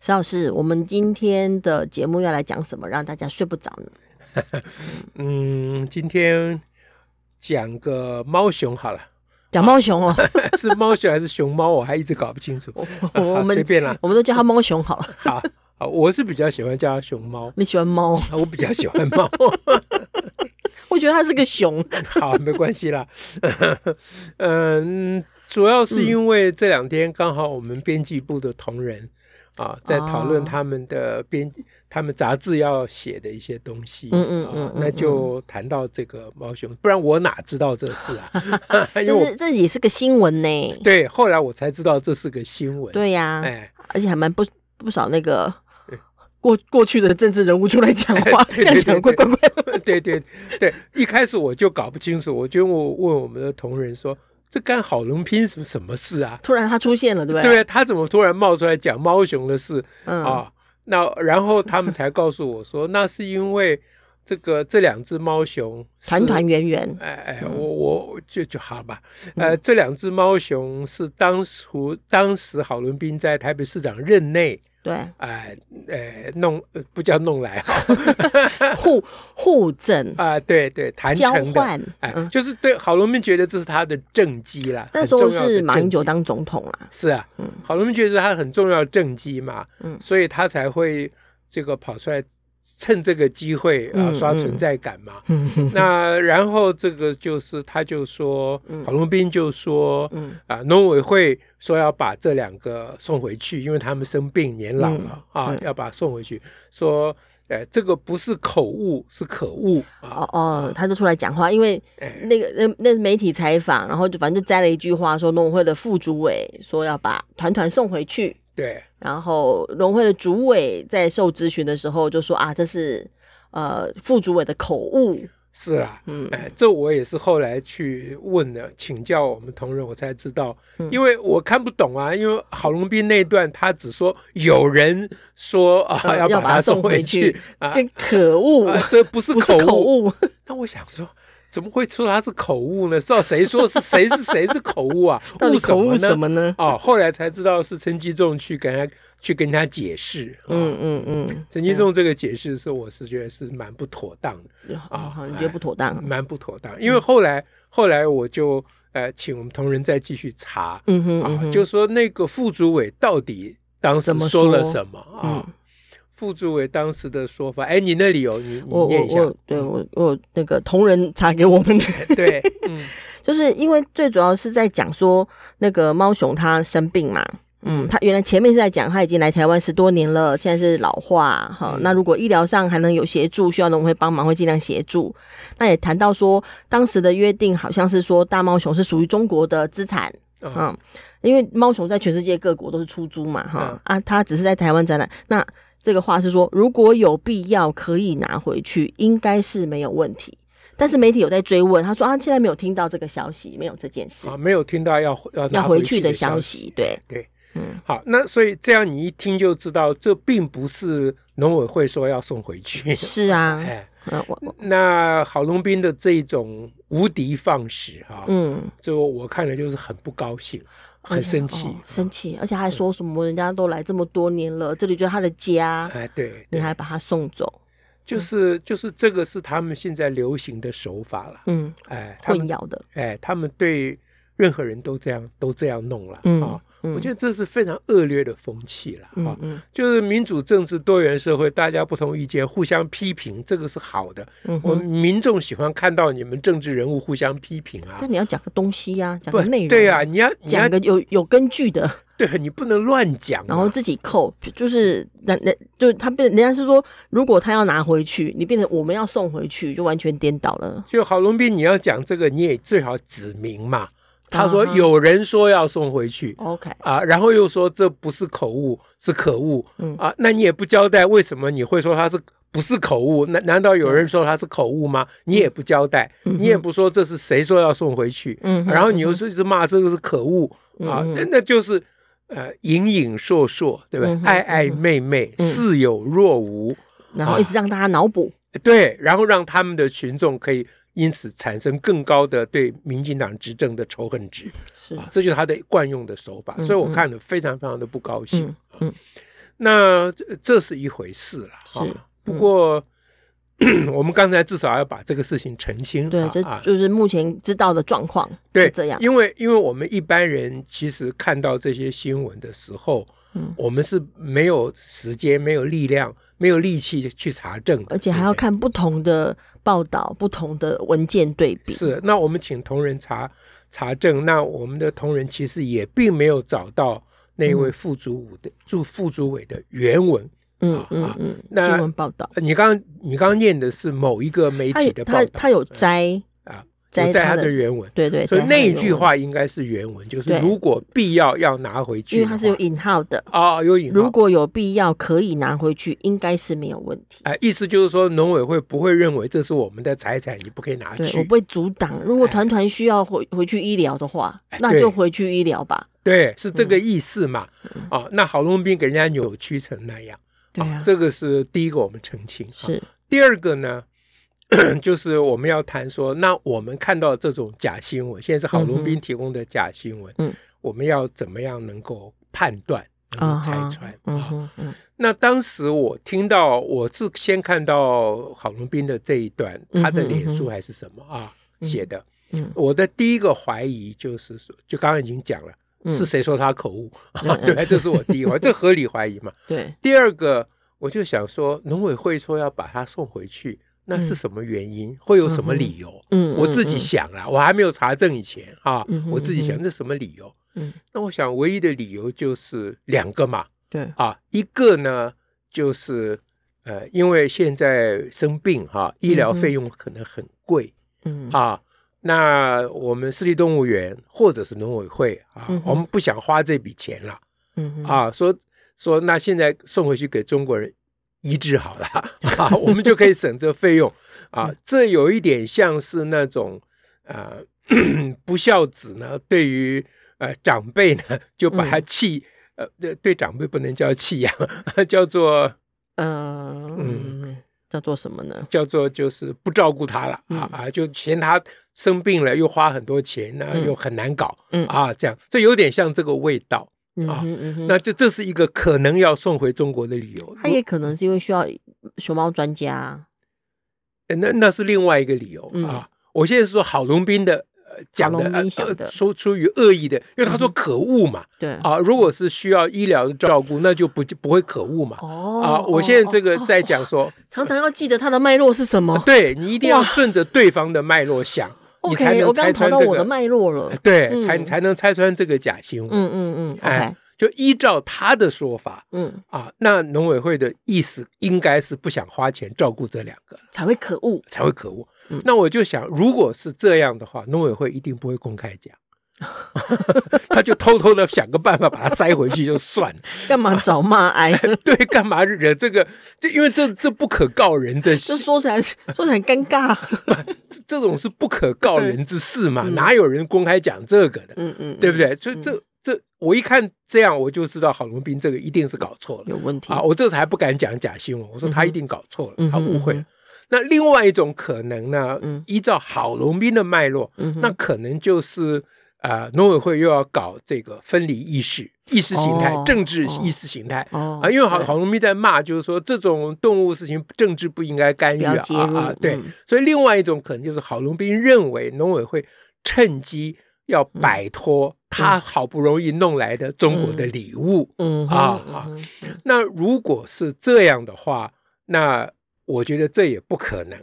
石老师，我们今天的节目要来讲什么，让大家睡不着呢？嗯，今天讲个猫熊好了， 讲猫熊 哦，是猫熊还是熊猫，我还一直搞不清楚。我好随们便啦，我们都叫它猫熊好了。好，好，我是比较喜欢叫它熊 猫，啊你喜欢猫？我比较喜欢猫。我觉得它是个熊。好，没关系啦。 嗯，主要是因为这两天刚好我们编辑部的同仁啊，在讨论哦他们的编、他们杂志要写的一些东西。嗯嗯嗯啊嗯，那就谈到这个猫熊，不然我哪知道这事 啊？ 因为这我是这也是个新闻呢。对后来我才知道这是个新闻。对啊呀、哎，而且还蛮不不少那个对过过去的政治人物出来讲话，嗯哎对对这样讲怪对怪怪。对对对，一开始我就搞不清楚，我就我问我们的同仁说，这干郝龙拼什么什么事啊？突然他出现了，对不对？对，他怎么突然冒出来讲猫熊的事？嗯，啊，那然后他们才告诉我说，那是因为这个这两只猫熊是团嗯团，圆圆，哎哎，我我就就好吧，嗯呃，这两只猫熊是当初当时郝伦斌在台北市长任内，对，哎哎弄呃不叫弄来啊，互互赠啊对对，谈交成的。换。哎，嗯，就是对郝龙斌觉得这是他的政绩啦，那很时候重要的是马英政绩九当总统啦。是啊，郝龙斌觉得他很重要的政绩嘛，嗯所以他才会这个跑出来趁这个机会啊、嗯刷存在感嘛。 嗯那然后这个就是他就说，郝龙斌就说嗯啊、农委会说要把这两个送回去，因为他们生病年老了、嗯啊，要把它送回去，说。呃，这个不是口误，是可恶啊！哦哦，他就出来讲话，因为哎那个那那媒体采访，然后就反正就摘了一句话，说农委会的副主委说要把团团送回去，对，然后农会的主委在受咨询的时候就说啊，这是呃副主委的口误，是啦，嗯哎，这我也是后来去问的，请教我们同仁，我才知道，嗯因为我看不懂啊。因为郝龙斌那段，他只说有人说啊、呃要要把他他送送回回去啊真可 恶，啊，这不是不是口误。误，那我想说，怎么会说他是口误呢？知道谁说是谁是谁是口误啊？ 到底口误什什么呢？么呢？哦，后来才知道是陈吉仲去跟他去跟他解释。嗯，嗯嗯嗯，陈吉仲这个解释是，我是觉得是蛮不妥当的。啊，好你觉得不妥当？蛮不妥当，因为后来后来我就呃请我们同仁再继续查、嗯哼嗯啊，哼，就说那个副主委到底当时怎么说了说嗯什么啊？副主委当时的说法，哎，你那里有你你我我念一下我，对我我那个同仁查给我们的， 对，嗯，就是因为最主要是在讲说那个猫熊它生病嘛。嗯，它原来前面是在讲它已经来台湾十多年了，现在是老化哈。嗯那如果医疗上还能有协助，需要农会帮忙，会尽量协助。那也谈到说，当时的约定好像是说大猫熊是属于中国的资产，啊嗯，因为猫熊在全世界各国都是出租嘛，哈、嗯啊，它只是在台湾展览。那这个话是说，如果有必要可以拿回去，应该是没有问题。但是媒体有在追问，他说啊，现在没有听到这个消息，没有这件事，啊，没有听到要要拿要回去的消消。息，对，对，嗯，好，那所以这样你一听就知道，这并不是农委会说要送回去。是啊，哎，嗯，我，我那郝龙斌的这一种无敌放矢哈、嗯，这个我看了就是很不高兴，很生气嗯哦。生气，而且还说什么人家都来这么多年了，这里就是他的家，哎，对，你还把他送走，就是就是这个是他们现在流行的手法了。嗯，哎，他混们淆的，哎，他们对任何人都这样都这样弄了嗯啊。嗯我觉得这是非常恶劣的风气了嗯啊！嗯就是民主政治多元社会，大家不同意见，互相批评，这个是好的。嗯我哼，们民众喜欢看到你们政治人物互相批评啊，但你要讲个东西呀，讲不个内容，对啊，，你要你要讲个有有根据的，对，你不能乱讲啊。然后自己扣，就是那那就他变，人家是说，如果他要拿回去，你变成我们要送回去，就完全颠倒了。就郝龙斌，你要讲这个，你也最好指明嘛。他说啊哈有人说要送回去 OK，啊，然后又说这不是口误，是可恶嗯啊，那你也不交代为什么你会说他是不是口误，难难道有人说他是口误吗？嗯你也不交代，你也不说这是谁说要送回去，嗯哼然后你又是一直骂这个是可恶啊，那那就是呃隐隐烁烁，对吧嗯？哼嗯爱爱昧昧，似有若无，然啊后一直让大家脑补，对，然后让他们的群众可以因此产生更高的对民进党执政的仇恨值。是啊，这就是他的惯用的手法，所以我看了非常非常的不高兴。嗯嗯啊那这这是一回事了哈、是嗯不过、 我们刚才至少要把这个事情澄清。对，啊这啊，就是目前知道的状况，对是这样，因为因为我们一般人其实看到这些新闻的时候，嗯我们是没有时间、没有力量、没有力气去查证的，而且还要看不同的报道、不同的文件对比，是，那我们请同仁查查证，那我们的同仁其实也并没有找到那一位副主委的驻、副主委的原文。嗯啊嗯啊嗯，那新闻报道，呃你刚刚你刚刚念的是某一个媒他体有的报他道他有摘，啊，摘有在他他的的原文，对对，所以摘他的那一原句文，话应该是原文，就是对如果必要要拿回去因的为它话，是有引号的，啊有引如号。果有必要可以拿回去，应该是没有问题。哎，意思就是说，农委会不会认为这是我们的财产，你不可以拿对，我啊去。不会阻挡。如果团团需要回回去医疗的话哎，那对就回去医疗吧。对，是这嗯个意思嘛？啊，那郝龙斌给人家扭曲成那样，哦对啊，这个是第一个我们澄清。啊是第二个呢， 就是我们要谈说，那我们看到这种假新闻，现在是郝龙斌提供的假新闻，嗯，我们要怎么样能够判断，能啊够拆哈穿啊、嗯哼嗯那当时我听到，我是先看到郝龙斌的这一段，嗯哼他的脸书还是什么啊、写的，嗯我的第一个怀疑就是说，就刚刚已经讲了。嗯是谁说他口误？啊嗯嗯对，这是我第一个怀疑，这合理怀疑嘛？对，第二个，我就想说，农委会说要把它送回去，那是嗯什么原因？会有什么理由？嗯，我自己嗯想了，我还没有查证以前啊，嗯哼我自己想嗯哼这什么理由？嗯，那我想唯一的理由就是两个嘛，对，啊，一个呢就是呃，因为现在生病哈、医疗嗯哼费用可能很贵、嗯啊。那我们市立动物园或者是农委会啊，嗯哼我们不想花这笔钱了，嗯啊，啊，说说那现在送回去给中国人医治好了 啊，我们就可以省这费用啊。嗯这有一点像是那种啊、呃 不孝子呢，对于呃长辈呢，就把嗯他弃、呃，对对长辈不能叫弃养， 叫做呃嗯，叫做什么呢？叫做就是不照顾他了嗯啊、啊，就嫌他生病了，又花很多钱呢、嗯又很难搞、嗯啊，这样这有点像这个味道。嗯啊哼嗯哼，那这这是一个可能要送回中国的理由。他也可能是因为需要熊猫专家，呃那那是另外一个理由、嗯啊。我现在是说郝龙斌的、呃、讲的郝龙斌呃想的嗯呃，说出于恶意的，因为他说可恶嘛、对，啊。如果是需要医疗的照顾，那就不就不会可恶嘛、哦啊。我现在这个在讲说，常常要记得它的脉络是什么。对你一定要哇顺着对方的脉络想， 你才 OK，能我刚刚拆跑穿到这我的个，脉络了呃。对，嗯才才能拆穿这个假新闻。嗯嗯嗯，OK，哎，就依照他的说法嗯，啊，那农委会的意思应该是不想花钱照顾这两个。才会可恶。才会可恶嗯。那我就想，如果是这样的话，农委会一定不会公开讲， 他就偷偷的想个办法把它塞回去就算 了。干嘛找骂 挨？对，干嘛惹这个？这因为这这不可告人这的事，说起来说起来很尴尬。这这种是不可告人之事嘛，嗯哪有人公开讲这个的，嗯嗯，对不对？所以这这我一看这样，我就知道郝龙斌这个一定是搞错了。有问题啊，我这次还不敢讲假新闻，我说他一定搞错了，嗯哼他误会了。嗯那另外一种可能呢，嗯依照郝龙斌的脉络，嗯哼那可能就是呃，农委会又要搞这个分离意识、意识形态、哦政治哦意识形态。哦啊，因为郝对郝龙斌在骂，就是说这种动物事情政治不应该干预不啊要介入啊，对，嗯所以另外一种可能就是郝龙斌认为农委会趁机要嗯摆脱他好不容易弄来的中国的礼物，嗯哼啊啊嗯哼那如果是这样的话，那我觉得这也不可能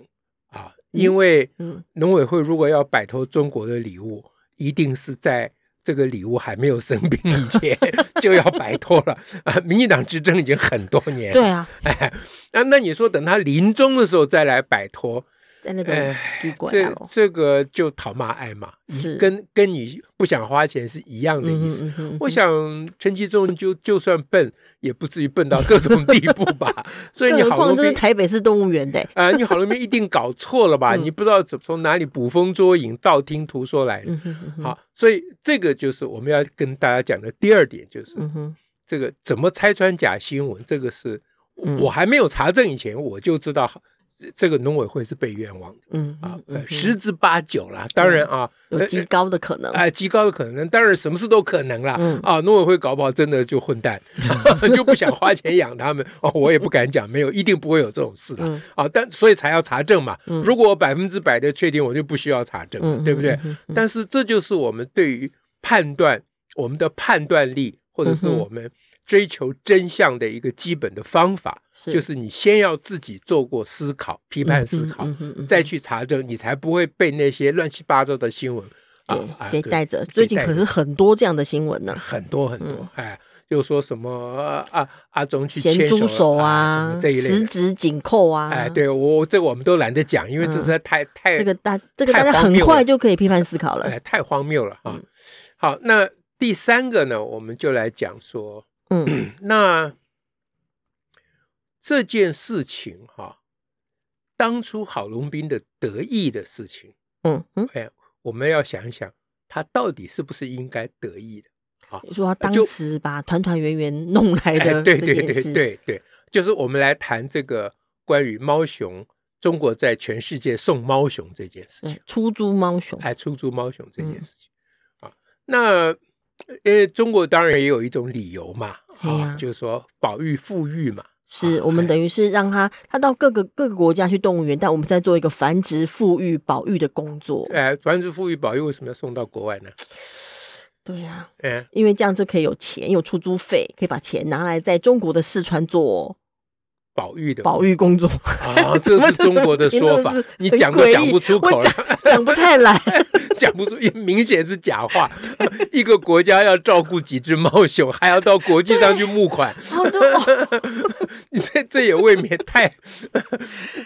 啊，因为嗯农委会如果要摆脱中国的礼物，一定是在这个礼物还没有生病以 前就要摆脱了啊。民进党执政已经很多年，对啊，哎，那那你说等他临终的时候再来摆脱，在那种哎地管这咯，这个就讨骂挨骂，是跟跟你不想花钱是一样的嗯意哼思。嗯哼嗯我哼想陈其重就就算笨，也不至于笨到这种地步 吧。所以你更何好况容这是易台北市动物园的、啊、你好容易一定搞错了吧？嗯你不知道怎从哪里捕风捉影、道听途说来的。嗯哼嗯哼，好，所以这个就是我们要跟大家讲的第二点，就是嗯哼，这个怎么拆穿假新闻，这个是嗯我还没有查证以前，我就知道这这个农委会是被冤枉的嗯啊嗯，嗯呃哼十之八九啦。当然啊，有极高的可能，哎，极高的可能，当然什么事都可能啦。嗯啊，农委会搞不好真的就混蛋， 就不想花钱养他们。哦，我也不敢讲，没有，一定不会有这种事的、嗯啊。但所以才要查证嘛。嗯如果我百分之百的确定，我就不需要查证了，嗯，对不对嗯？？嗯嗯但是这就是我们对于判断我们的判断力，或者是嗯哼我们追求真相的一个基本的方法，是就是你先要自己做过思考、批判思考，嗯哼嗯哼嗯哼再去查证，你才不会被那些乱七八糟的新闻啊啊哦给对带着。最近带可着是很多这样的新闻呢，很多很多，哎，又说什么呃阿阿忠去嗯咸牵猪手手啊什啊么这，一类十的，指紧扣啊，嗯哎，，对我这个我们都懒得讲，因为这实在太太这个大这个太大家荒很谬快了就可以批判思考了哎，太荒谬了啊嗯！好，那第三个呢，我们就来讲说，嗯那这件事情哈、当初郝龙斌的得意的事情，嗯嗯，哎，我们要想一想，他到底是不是应该得意的？你说他当呃就时把团团圆圆弄来哎，的对这对件对事，对对，就是我们来谈这个关于猫熊，中国在全世界送猫熊这件事情。嗯，出租猫熊，哎，出租猫熊这件嗯事情、啊，那因为中国当然也有一种理由嘛，哎呀啊，就是说保育富裕嘛，是啊我们哎等于是让他他到各个各个国家去动物园，但我们是在做一个繁殖、富裕、保育的工作。哎，繁殖富裕保育为什么要送到国外呢？对呀、哎，因为这样就可以有钱，有出租费，可以把钱拿来在中国的四川做保育的保育工作。 啊，这是中国的说法真的是，你很讲都诡讲异不出我口了讲。讲不太来， 讲不出，因为明显是假话。 一个国家要照顾几只猫熊，还要到国际上去募款， 好多、哦、你这这也未免太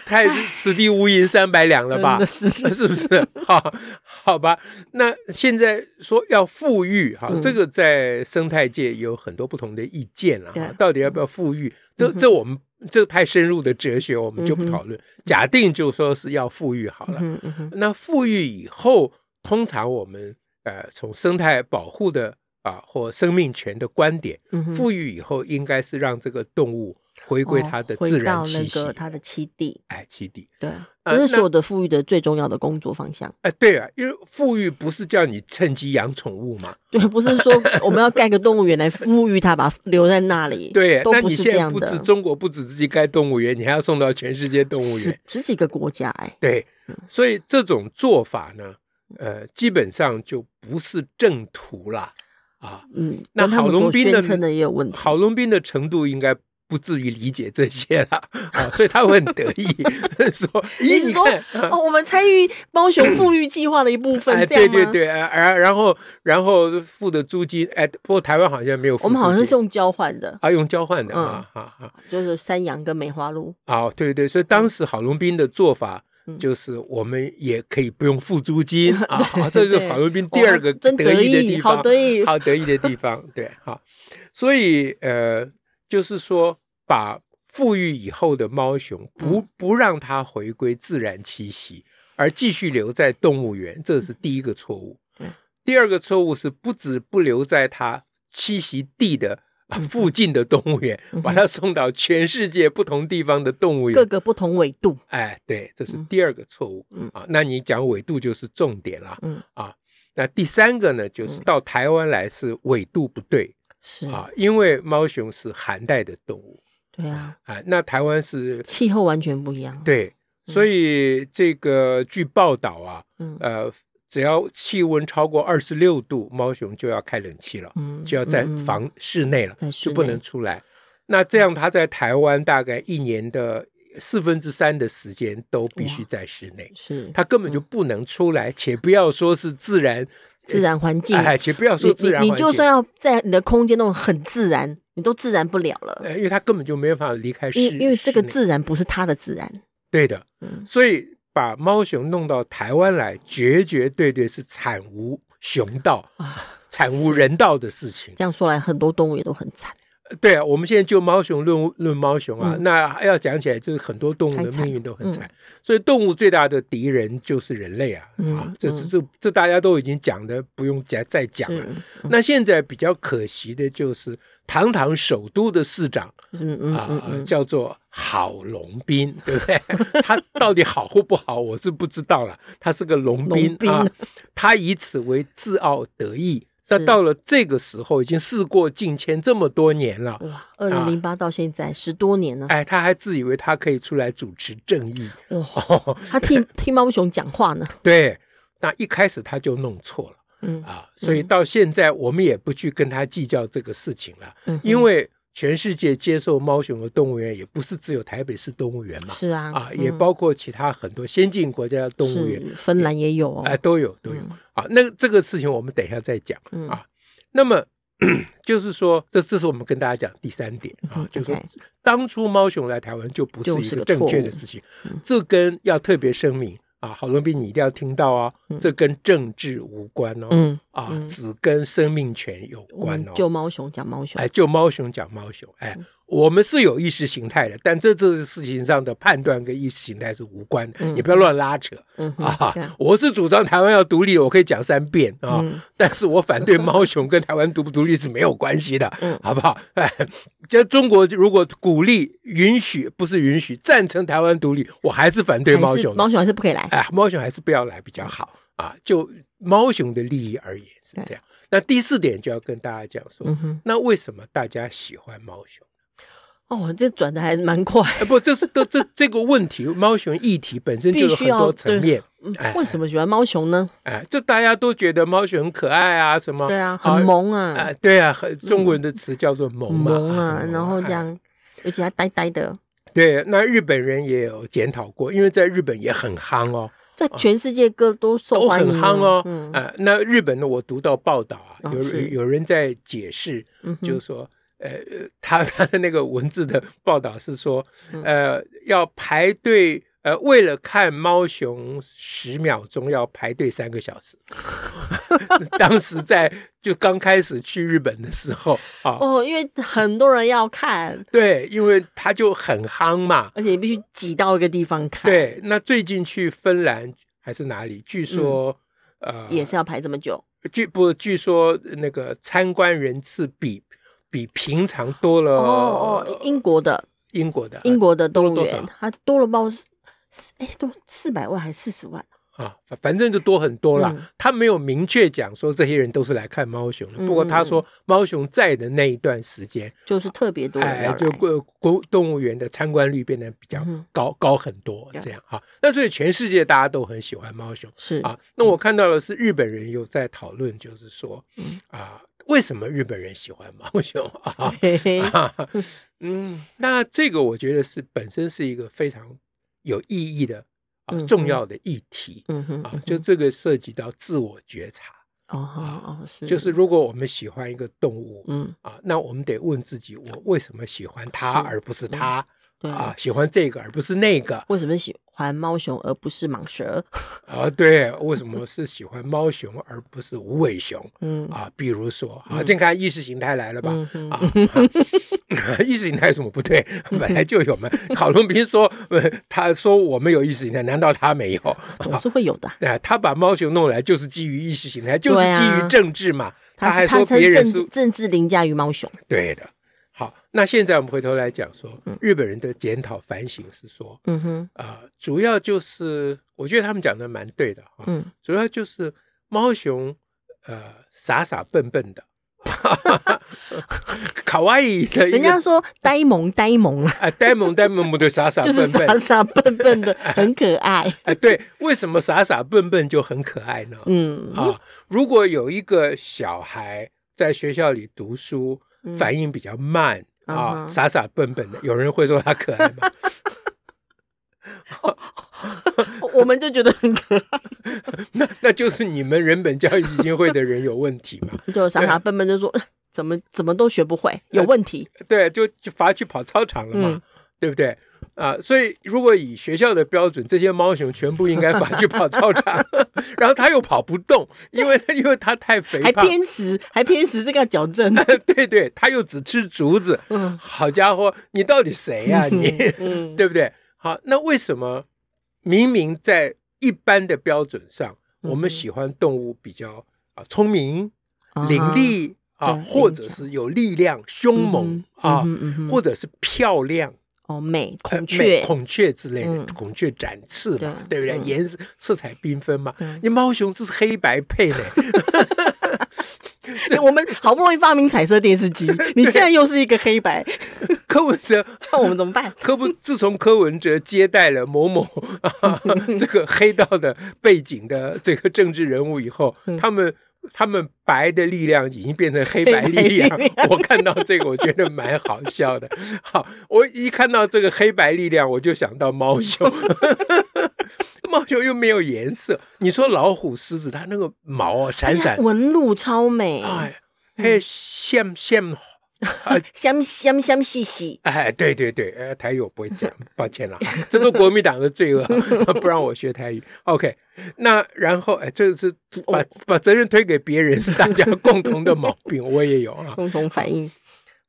太此地无银三百两了真吧？的 是是不是？好，好吧。那现在说要富裕哈，嗯这个在生态界有很多不同的意见了对嗯哈。到底要不要富裕？这这我们这太深入的哲学，我们就不讨论。假定就说是要富裕好了。嗯嗯哼那富裕以后，通常我们呃从生态保护的啊、或生命权的观点，嗯哼，富裕以后应该是让这个动物回归它的哦回自然到栖那息，个它的栖地，哎栖地。对，呃这是所那有的富裕的最重要的工作方向。哎，对啊，因为富裕不是叫你趁机养宠物嘛？对，不是说我们要盖个动物园来富裕它，把它留在那里， 对，啊都那不你是这现在样不止的。中国，不止自己盖动物园，你还要送到全世界动物十园。十几个国家哎、对，所以这种做法呢，嗯呃，基本上就不是正途啦。啊。嗯，那跟他们郝龙所斌宣的称的也有问题。郝龙斌的程度应该不至于理解这些啦， 啊，所以他会很得意 说：“咦，你你说看。”哦，我们参与猫熊富裕计划的一部分，嗯哎，这样对吗？对对，哎，哎然后然后付的租金，哎，不过台湾好像没有付我租金，们好像是用嗯交换的，啊用交换的啊，啊啊，就是山羊跟梅花鹿。啊，对对，所以当时郝龙斌的做法嗯就是，我们也可以不用付 租金啊，好这对就是对郝龙斌 第二个哇哦真得意的意，地好方，得意，好得意的地方，对，好，所以呃，就是说把富裕以后的猫熊嗯不不让它回归自然栖息，而继续留在动物园，这是第一个错误嗯对。第二个错误是不止不留在它栖息地的。 啊附近的动物园，把它送到全世界不同地方的动物园嗯各，个不同纬度。哎，对，这是嗯第二个错误、嗯啊。那你讲纬度就是重点啦，嗯啊，那第三个呢，就是到台湾来是纬度不对、是，啊，因为猫熊是寒带的动物对啊，啊，那台湾是气候完全不一样。，对，所以这个据报道啊，嗯呃，只要气温超过二十六度，猫熊就要开冷气了，嗯就要在嗯嗯房室内了，在室就不内嗯能出来。那这样，它在台湾大概一年的四分之三的时间都必须在室内，是它根本就不能出来，且不要说是自然，自然环境。哎，且不要说你自然你你环就境算要在你的空间弄得很自然，你都自然不了了，呃因为它根本就没办法离开室，因为因为这个室内自然不是他的自然。对的嗯，所以。把猫熊弄到台湾来，绝绝对对是惨无熊道、惨无人道的事情。啊这样说来，很多动物也都很惨。对啊，我们现在就猫熊论论猫熊啊，嗯那要讲起来，就是很多动物的太惨命运都很嗯惨，所以动物最大的敌人就是人类啊！嗯啊，这是嗯这这大家都已经讲的，不用再再讲了。是，那现在比较可惜的就是，堂堂首都的市长嗯嗯啊、嗯嗯，叫做郝龙斌，对不对？ 他到底好或不好，我是不知道了。他是个龙龙斌斌啊，他以此为自傲得意。那是到了这个时候，已经事过境迁这么多年了，哇，二零啊零八到现在十多年了，哎，他还自以为他可以出来主持正义， 哇，他替替猫熊讲话呢，对，那一开始他就弄错了嗯，啊，所以到现在我们也不去跟他计较这个事情了，嗯哼因为全世界接受猫熊的动物园也不是只有台北市动物园嘛，是啊，啊，也嗯包括其他很多先进国家的动物园，是芬兰也有哦，哎，都有都有嗯啊。那这个事情我们等一下再讲嗯啊。那么 就是说，这这是我们跟大家讲第三点啊嗯，就是说 OK 当初猫熊来台湾就不是就一是个个正错确误嗯的事情，这跟要特别声明啊，郝龙斌你一定要听到哦，这跟政治无关哦，嗯，啊，嗯只跟生命权有我关们哦。救猫熊讲猫熊哎，，就猫熊讲猫熊，哎，嗯我们是有意识形态的，但这这事情上的判断跟意识形态是无关的，嗯你不要乱拉扯。嗯哼啊对啊，我是主张台湾要独立，我可以讲三遍啊，嗯但是我反对猫熊跟台湾独不独立是没有关系的，嗯好不好？哎，这中国如果鼓励、允许，不是允许，赞成台湾独立，我还是反对猫还是熊的。猫熊还是不可以来，哎，猫熊还是不要来比较好啊，就猫熊的利益而言是这样。那第四点就要跟大家讲说，嗯哼，那为什么大家喜欢猫熊？哦，这转的还蛮快，哎，不，这是都这这个问题，猫熊议题本身就有很多层面。嗯哎为什么喜欢猫熊呢？哎，这大家都觉得猫熊很可爱啊，什么？对啊，很萌啊啊，，对啊，很中国人的词叫做萌很嘛，萌啊很，啊萌然后这哎样，而且它呆呆 的，对，那日本人也有检讨过，因为在日本也很夯哦，在全世界各都受都欢很迎夯哦。嗯啊，那日本呢，我读到报道啊，哦有是有人在解释，嗯哼，就是说，呃，他 他的那个文字的报道是说，嗯呃，要排队，呃，为了看猫熊十秒钟要排队三个小时。 当时在就刚开始去日本的 时候啊，哦，因为很多人要看，对，因为他就很夯嘛。而且你必须挤到一个地方看，，对，那最近去芬兰还是哪里，据说、呃也是要排这么久，据不据说那个参观人次比比平常多了哦哦，英国的英国的英国的动物哎多了多少园，它多了包四，哎，多四百万还是四十万？啊，反反正就多很多啦。嗯他没有明确讲说这些人都是来看猫熊的，嗯不过他说猫熊在的那一段时间，就是特别多人哎要，就来，国国动物园的参观率变得比较嗯高、高很多，对这样啊。那所以全世界大家都很喜欢猫熊。是啊，那我看到的是日本人有在讨论，就是说嗯，啊，为什么日本人喜欢猫熊啊？嘿嘿，啊 嗯，那这个我觉得是本身是一个非常有意义的啊嗯重要的议题 嗯哼，啊嗯，就哼这个涉及到自我觉察，哦哦哦，是，就是如果我们喜欢一个动物嗯，啊，那我们得问自己，我为什么喜欢它是嗯而不是它对啊？喜欢这个而不是那个为什么喜欢猫熊而不是蟒蛇？啊？对，为什么是喜欢猫熊而不是无尾熊？嗯，啊，比如说啊，这看意识形态来了吧？嗯哼嗯啊，啊 意识形态有什么不对？本来就有嘛。郝龙斌说、呃他说我们有意识形态，难道他没有？ 总是会有的。哎、他把猫熊弄来就是基于意识形态，就是对啊基于政治嘛。他还是说他别称人政是治政治凌驾于猫熊，对的。好，那现在我们回头来讲说，日本人的检讨反省是说，嗯哼，啊，主要就是我觉得他们讲的蛮对的啊，嗯，主要就是猫熊呃傻傻笨笨的， 卡哇伊的一人个家 说呆萌呆萌啊，啊呆萌呆萌萌的傻 傻就是笨傻笨傻笨笨的， 很可爱。啊，对，为什么傻傻笨笨就很可爱呢？ 嗯，啊，如果有一个小孩在学校里读书，嗯反应比较慢嗯啊，哼傻傻笨笨的，有人会说他可爱吗？ 我们就觉得很可那那就是你们人本教育基金会的人有问题嘛？ 爱，就傻傻笨笨就说 呃怎么怎么都学不会，有问题。嗯对，就就罚去跑操场了嘛，对不对？啊、所以如果以学校的标准，这些猫熊全部应该罚去跑操场， 然后它又跑不动，因为因为它太肥还胖，偏食，还偏食，这个要矫 正。对对，它又只吃竹子，嗯好家伙，你到底谁 哎呀、你？嗯， 对不对？好，那为什么明明在一般的标准上，我们嗯哼喜欢动物比较啊聪明、啊伶俐啊，对或伶者俐是有力量、凶猛嗯啊，哼嗯哼或者是漂亮、哦美呃孔美雀，孔雀之类的嗯，孔雀展翅嘛，对对不对？嗯颜色色彩缤纷嘛对。你猫熊这是黑白配呢， 哎我们好不容易发明彩色电视 机，你现在又是一个黑白，柯文哲那我们怎么办？柯不，自从柯文哲接待了某 某、啊、这个黑道的背景的这个政治人物以后，嗯他们他们白的力量已经变成黑白力量黑白力。我看到这个，我觉得蛮好笑的。 好，我一看到这个黑白力量，我就想到猫熊。 猫熊又没有颜色，你说老虎、狮子，它那个毛啊闪闪哎呀，纹路超美，哎，还有线线香香香细细， 哎，对对对，呃，台语我不会讲，抱歉了，这都国民党的罪恶， 不让我学台语。OK，那然后哎，这是把把责任推给别人是大 家共同的毛病，我也有啊。共同反应。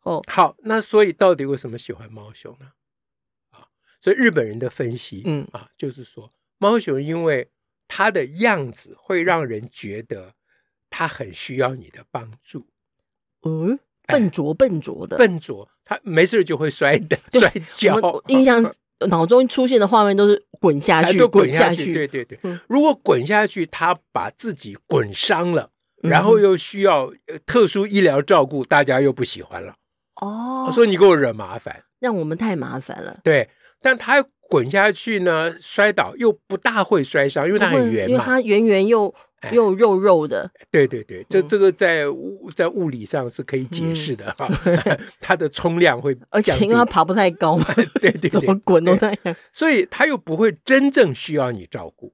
哦，好，那所以到底为什么喜欢猫熊呢？啊，所以日本人的分析，嗯啊，就是说猫熊因为它的样子会让人觉得它很需要你的帮助，嗯，笨拙笨拙的，笨拙，它没事就会摔的哎摔跤我我。印 象脑中出现的画面都是滚下哎去，都滚下去，对，对对。嗯如果滚下去，他把自己滚伤了，嗯然后又需要呃特殊医疗照顾，大家又不喜欢了，哦，说你给我惹麻烦。让我们太麻烦了，对，但他滚下去呢，摔倒又不大会摔伤，因为它不会很圆因为嘛。它圆圆又哎又肉肉的，对对对，这嗯这个在物在物理上是可以解释的哈， 它的冲量会嗯而且降低因为它爬不太高嘛， 对对怎么对，滚都对那 样，所以他又不会真正需要你照顾。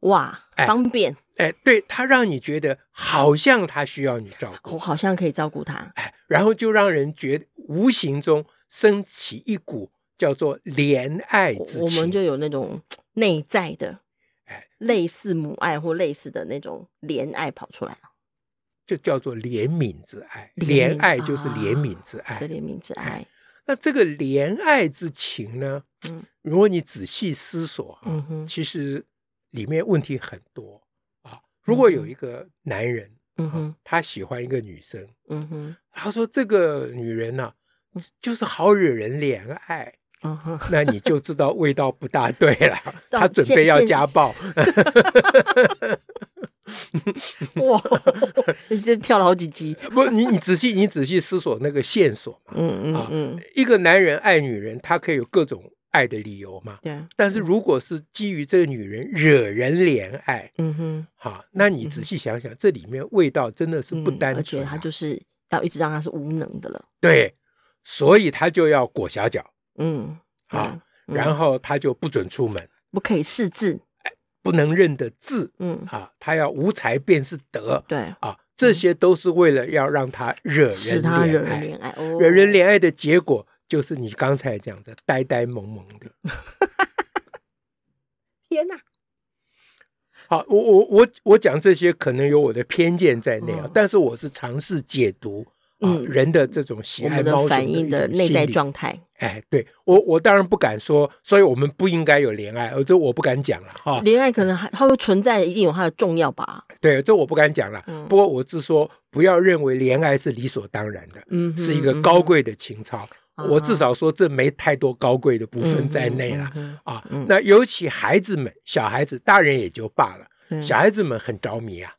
哇，哎方便，哎，对，他让你觉得好像他需要你照顾我，好像可以照顾它，哎，然后就让人觉无形中升起一股叫做怜爱我之情。我们就有那 种嘖内在的哎。类似母爱或类似的那种怜爱跑出来了，就叫做怜悯之爱，怜悯怜爱就是啊怜悯之爱。是怜悯之哎爱。那这个怜爱之情呢？嗯如果你仔细思索啊，嗯哼，其实里面问题很多啊。如果有嗯哼一个男人，嗯啊哼，他喜欢一个女生，嗯哼，他说这个女人呢、就是好惹人怜爱，嗯哼，那你就知道味道不大对了。 到他准备要家暴， 哇，你这跳了好几 级。不，你你仔细你仔细思索那个线索嘛。嗯嗯啊嗯，一个男人爱女人，他可以有各种爱的理由嘛。对，啊但是如果是基于这个女人惹人怜爱，嗯哼，哈、那你仔细想想，这里面味道真的是不嗯单而且纯、他啊就是要一直让他是无能的了。对，所以他就要裹小脚嗯，啊，嗯然后他就不准出门，不可以识字。不能认得字嗯，啊，他要无才便是德对，嗯啊，这些都是为了要让他惹人使他惹人怜爱。怜爱。哦，惹人怜爱的结果就是你刚才讲的呆呆萌萌的。天哪！好，我我我我讲这些可能有我的偏见在内啊，嗯但是我是尝试解读啊、嗯人的这种喜我爱们的猫熊反应的的一种内在心理。状态，哎，对我我当然不敢说，所以我们不应该有怜爱，呃，这我不敢讲了哈、怜爱可能还它会存在，一定有它的重要吧。对，这我不敢讲了。嗯不过我只说不要认为怜爱是理所当然的，嗯哼，是一个嗯高贵的情操。啊我至少说这没太多高贵的部哼分在内了。。嗯哼啊嗯，那尤其孩子们，小孩子，大人也就罢了，嗯哼小孩子们很着迷啊，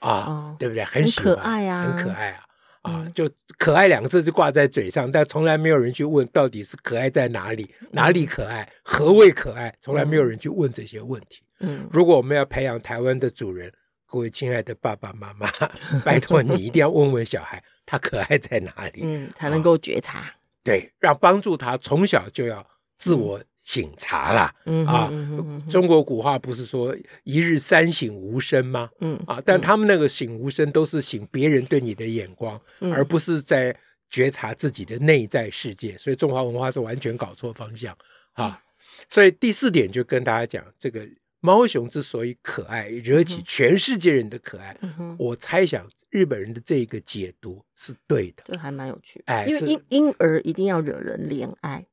啊哦，对不对？很很喜可欢，爱啊很可爱啊，啊嗯，就可爱两个字就挂在嘴上，但从来没有人去问到底是可爱在哪里，嗯哪里可爱，何谓可爱，从来没有人去问这些问题。嗯如果我们要培养台湾的主人，各位亲爱的爸爸妈 妈，拜托你一定要问问小孩，他可爱在哪里？嗯，才能够觉察。 对，让帮助他从小就要自我醒察啦。嗯啊嗯哼嗯，哼中国古话不是说“一日三省吾身”吗？嗯啊，但他们那个省吾身都是省别人对你的眼光，嗯而不是在觉察自己的内在世界。所以中华文化是完全搞错方向嗯啊。所以第四点就跟大家讲，这个猫熊之所以可爱，惹起全世界人的可爱，嗯哼，我猜想日本人的这个解读是对的。就还蛮有趣。哎因为是婴婴儿一定要惹人怜爱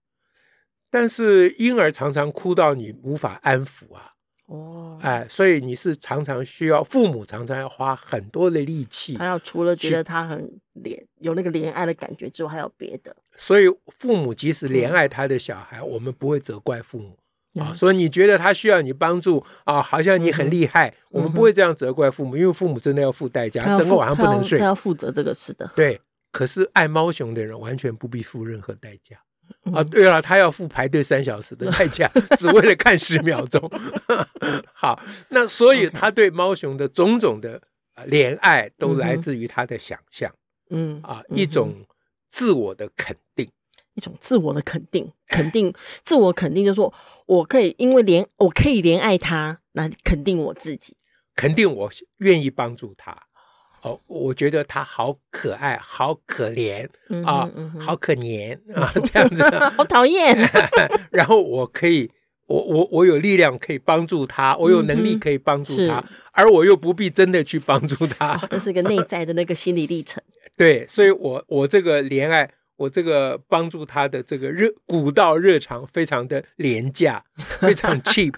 但是婴儿常常哭到你无法安抚啊，哦，哎，所以你是常常需要父母常常要花很多的力气他，要除了觉去得他很怜有那个怜爱的感觉之外，还有别的所以父母即使怜爱他的小孩，我们不会责怪父母。啊，嗯所以你觉得他需要你帮助啊，好像你很厉害，我们不会这样责怪父母，因为父母真的要负代价嗯他，要整个负晚上不他要能睡他。要负责这个事的。对，可是爱猫熊的人完全不必付任何代价啊！嗯对了，他要付排队三小时的代 价，只为了看十秒钟。 好，那所以 OK 他对猫熊的种种的呃怜爱，都嗯来哼自于他的想象嗯啊，嗯一哼种自我的肯定。一种自我的肯定，肯定自我肯定，就是说我可以因为怜我可以怜爱他，那肯定我自己。肯定我愿意帮助他。哦，我觉得他好可爱，好可怜嗯啊哼，嗯哼好可怜啊， 这样子。好讨厌。 然后我可以，我我我有力量可以帮助他，我有能力可以帮助他，嗯而我又不必真的去帮助啊他。这是一个内在的那个心理历程。对，所以我我这个怜爱，我这个帮助他的这个热古道热肠非常的廉价，非常 cheap，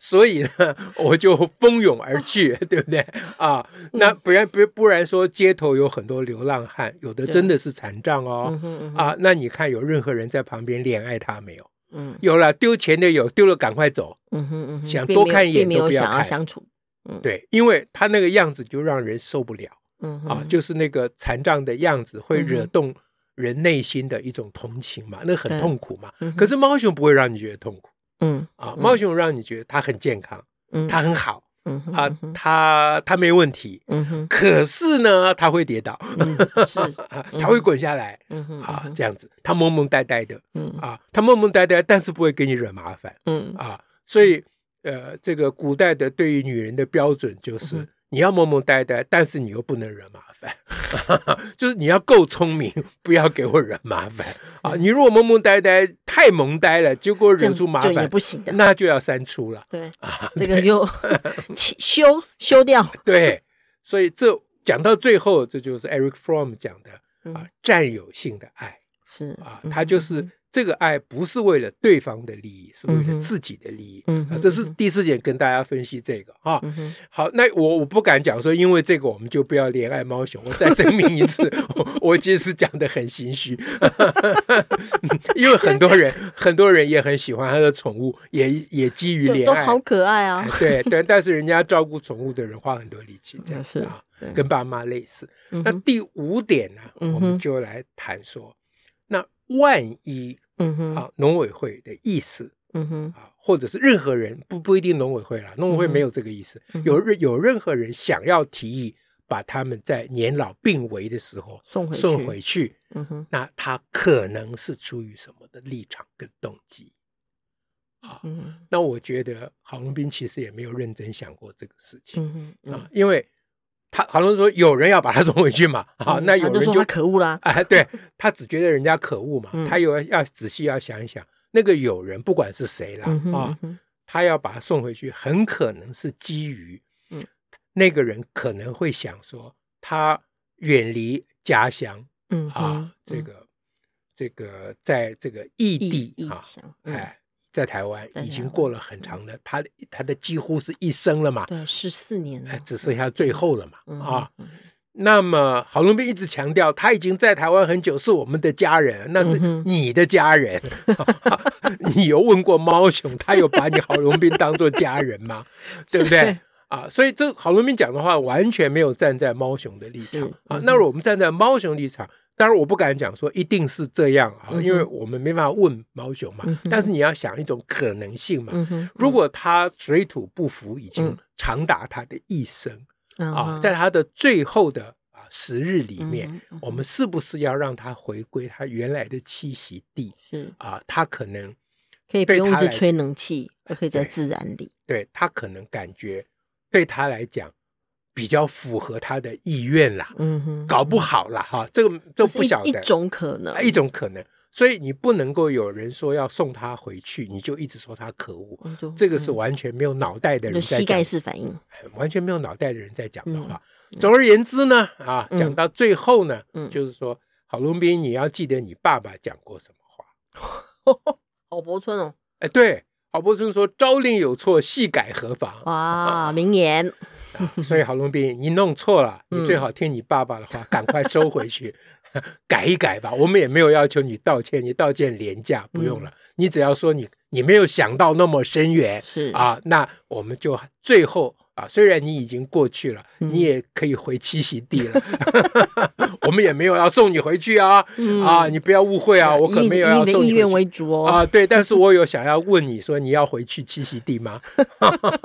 所以呢，我就蜂拥而去，对不对啊？那嗯不然不不然说街头有很多流浪汉，有的对真的是残障哦嗯。哼嗯哼啊，那你看有任何人在旁边怜爱他没有？嗯有了，丢钱的有，丢了赶快走。嗯哼嗯哼，想并多没有看一并眼没都有不要想要看相处。对，因为他那个样子就让人受不了。嗯哼啊，就是那个残障的样子会嗯惹哼动人内心的一种同情嘛，那很对痛苦嘛。嗯哼可是猫熊不会让你觉得痛苦嗯啊，嗯猫熊让你觉得它很健康，嗯它很好嗯哼啊嗯，哼它它没问题。嗯哼可是呢，它会跌倒， 嗯是啊它会滚下来嗯哼啊，这样子，它萌萌呆呆的嗯啊，它萌萌呆呆，但是不会给你惹麻烦嗯啊。所以，呃，这个古代的对于女人的标准就是。嗯你要萌萌呆呆，但是你又不能惹麻烦， 就是你要够聪明，不要给我惹麻烦啊！你如果萌萌呆呆太萌呆了，结果嗯这惹样出麻就也烦，不行的。那就要删除了对，啊！这个就 起修修 掉。对，所以这讲到最后，这就是 Eric Fromm 讲的啊嗯，占有性的爱是啊，嗯他就是这个爱不是为了对方的利益，是为嗯了哼自己的利益嗯啊。哼这是嗯哼第四点，跟大家分析这个啊。嗯哼好，那我我不敢讲说，因为这个我们就不要怜爱猫熊。我再声明一次， 我我其实讲的很心虚， 因为很多人很多人也很喜欢他的宠物，也也基于就怜都爱，好可爱啊 哎。对对，但是人家照顾宠物的人花很多力气，这样也是啊，对跟爸妈类似。嗯那哼第五点呢，嗯哼我们就来谈说，那万一嗯哼啊，农委会的意思嗯哼啊，或者是任何人不不一定农委会啦，农委会嗯哼没有这个意思。嗯哼有任有任何人想要提议把他们在年老病危的时候送回去送回去，嗯哼那他可能是出于什么的立场跟动机？嗯哼那我觉得郝龙斌其实也没有认真想过这个事情、嗯哼嗯啊，因为他郝龙斌说有人要把他送回去嘛，啊，嗯那他有就人说就他可恶啦。 啊，对他只觉得人家可恶嘛，嗯他有要仔细要想一想，那个有人不管是谁啦嗯哼啊嗯，哼他要把他送回去，很可能是基于，嗯，那个人可能会想说，他远离家乡嗯啊，哼这嗯个这个在这个异异地异啊，乡，哎，哎，在台湾在已台经湾嗯过了很长的，他的他的几乎是一生了嘛，对，十四年哎了，只剩下最后了嘛，嗯啊，，嗯那么郝龙斌一直强调，他已经在台湾很久，是我们的家人，那是嗯哼你的 家人。你有问过猫熊，他有把你郝龙斌当做家人 吗？对不对是？啊，所以这郝龙斌讲的话完全没有站在猫熊的立是场啊嗯。哼那我们站在猫熊立场，当然我不敢讲说一定是这样啊，嗯哼因为我们没办法问猫熊嘛嗯。哼但是你要想一种可能性嘛。嗯哼，如果他水土不服，已经嗯长达他的一生，嗯啊，哼在他的最后的啊十日里面，嗯哼我们是不是要让他回归他原来的栖息地是啊？他可能可以不对用一他直来吹冷气，也可以在对自然里。对他可能感觉对他来讲比较符合他的意愿啦，嗯哼，搞不好啦哈、这个这都是不一晓一得种可能啊，一种可能。所以你不能够有人说要送他回去，你就一直说他可恶，我嗯就这个是完全没有脑袋的就人在膝盖讲，式反应，完全没有脑袋的人在讲的嗯话。总而言之呢，啊，嗯讲到最后呢，嗯就是说，郝龙斌，你要记得你爸爸讲过什么话。郝柏村哦，哎，对，郝柏村说“朝令有错，夕改何妨”哦哇，名言，啊，所以郝龙斌，你弄错了，嗯你最好听你爸爸的话，赶快收回去， 改一改吧。我们也没有要求你道歉，你道歉廉价，不嗯用了。你只要说你你没有想到那么深远是，啊，那我们就最后啊，虽然你已经过去了，嗯你也可以回栖息地了。 我们也没有要送你回去啊嗯啊，你不要误会啊，我可以没有以要你的送意你回愿去。为主哦，啊，对，但是我有想要问你说，你要回去栖息地吗？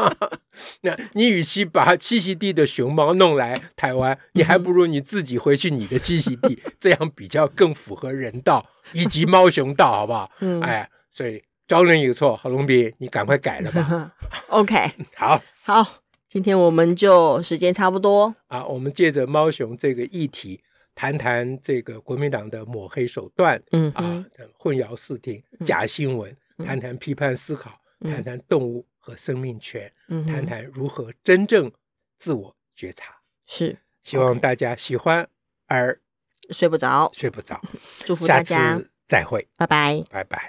那你与其把栖息地的熊猫弄来台湾，你还不如你自己回去你的栖息 地，这样比较更符合人道以及猫熊道，好不好？嗯哎，所以招人有错，郝龙斌，你赶快改了吧。 ，OK，好好，今天我们就时间差不多，啊，我们借着猫熊这个议题，谈谈这个国民党的抹黑手段，嗯啊哼，，混淆视听、假新闻，谈谈批判思考，嗯谈谈动物和生命权，嗯谈哼，谈如何真正自我觉察。是希望大家喜欢而睡不着，睡不着，祝福下大家，次再会，拜拜。拜拜。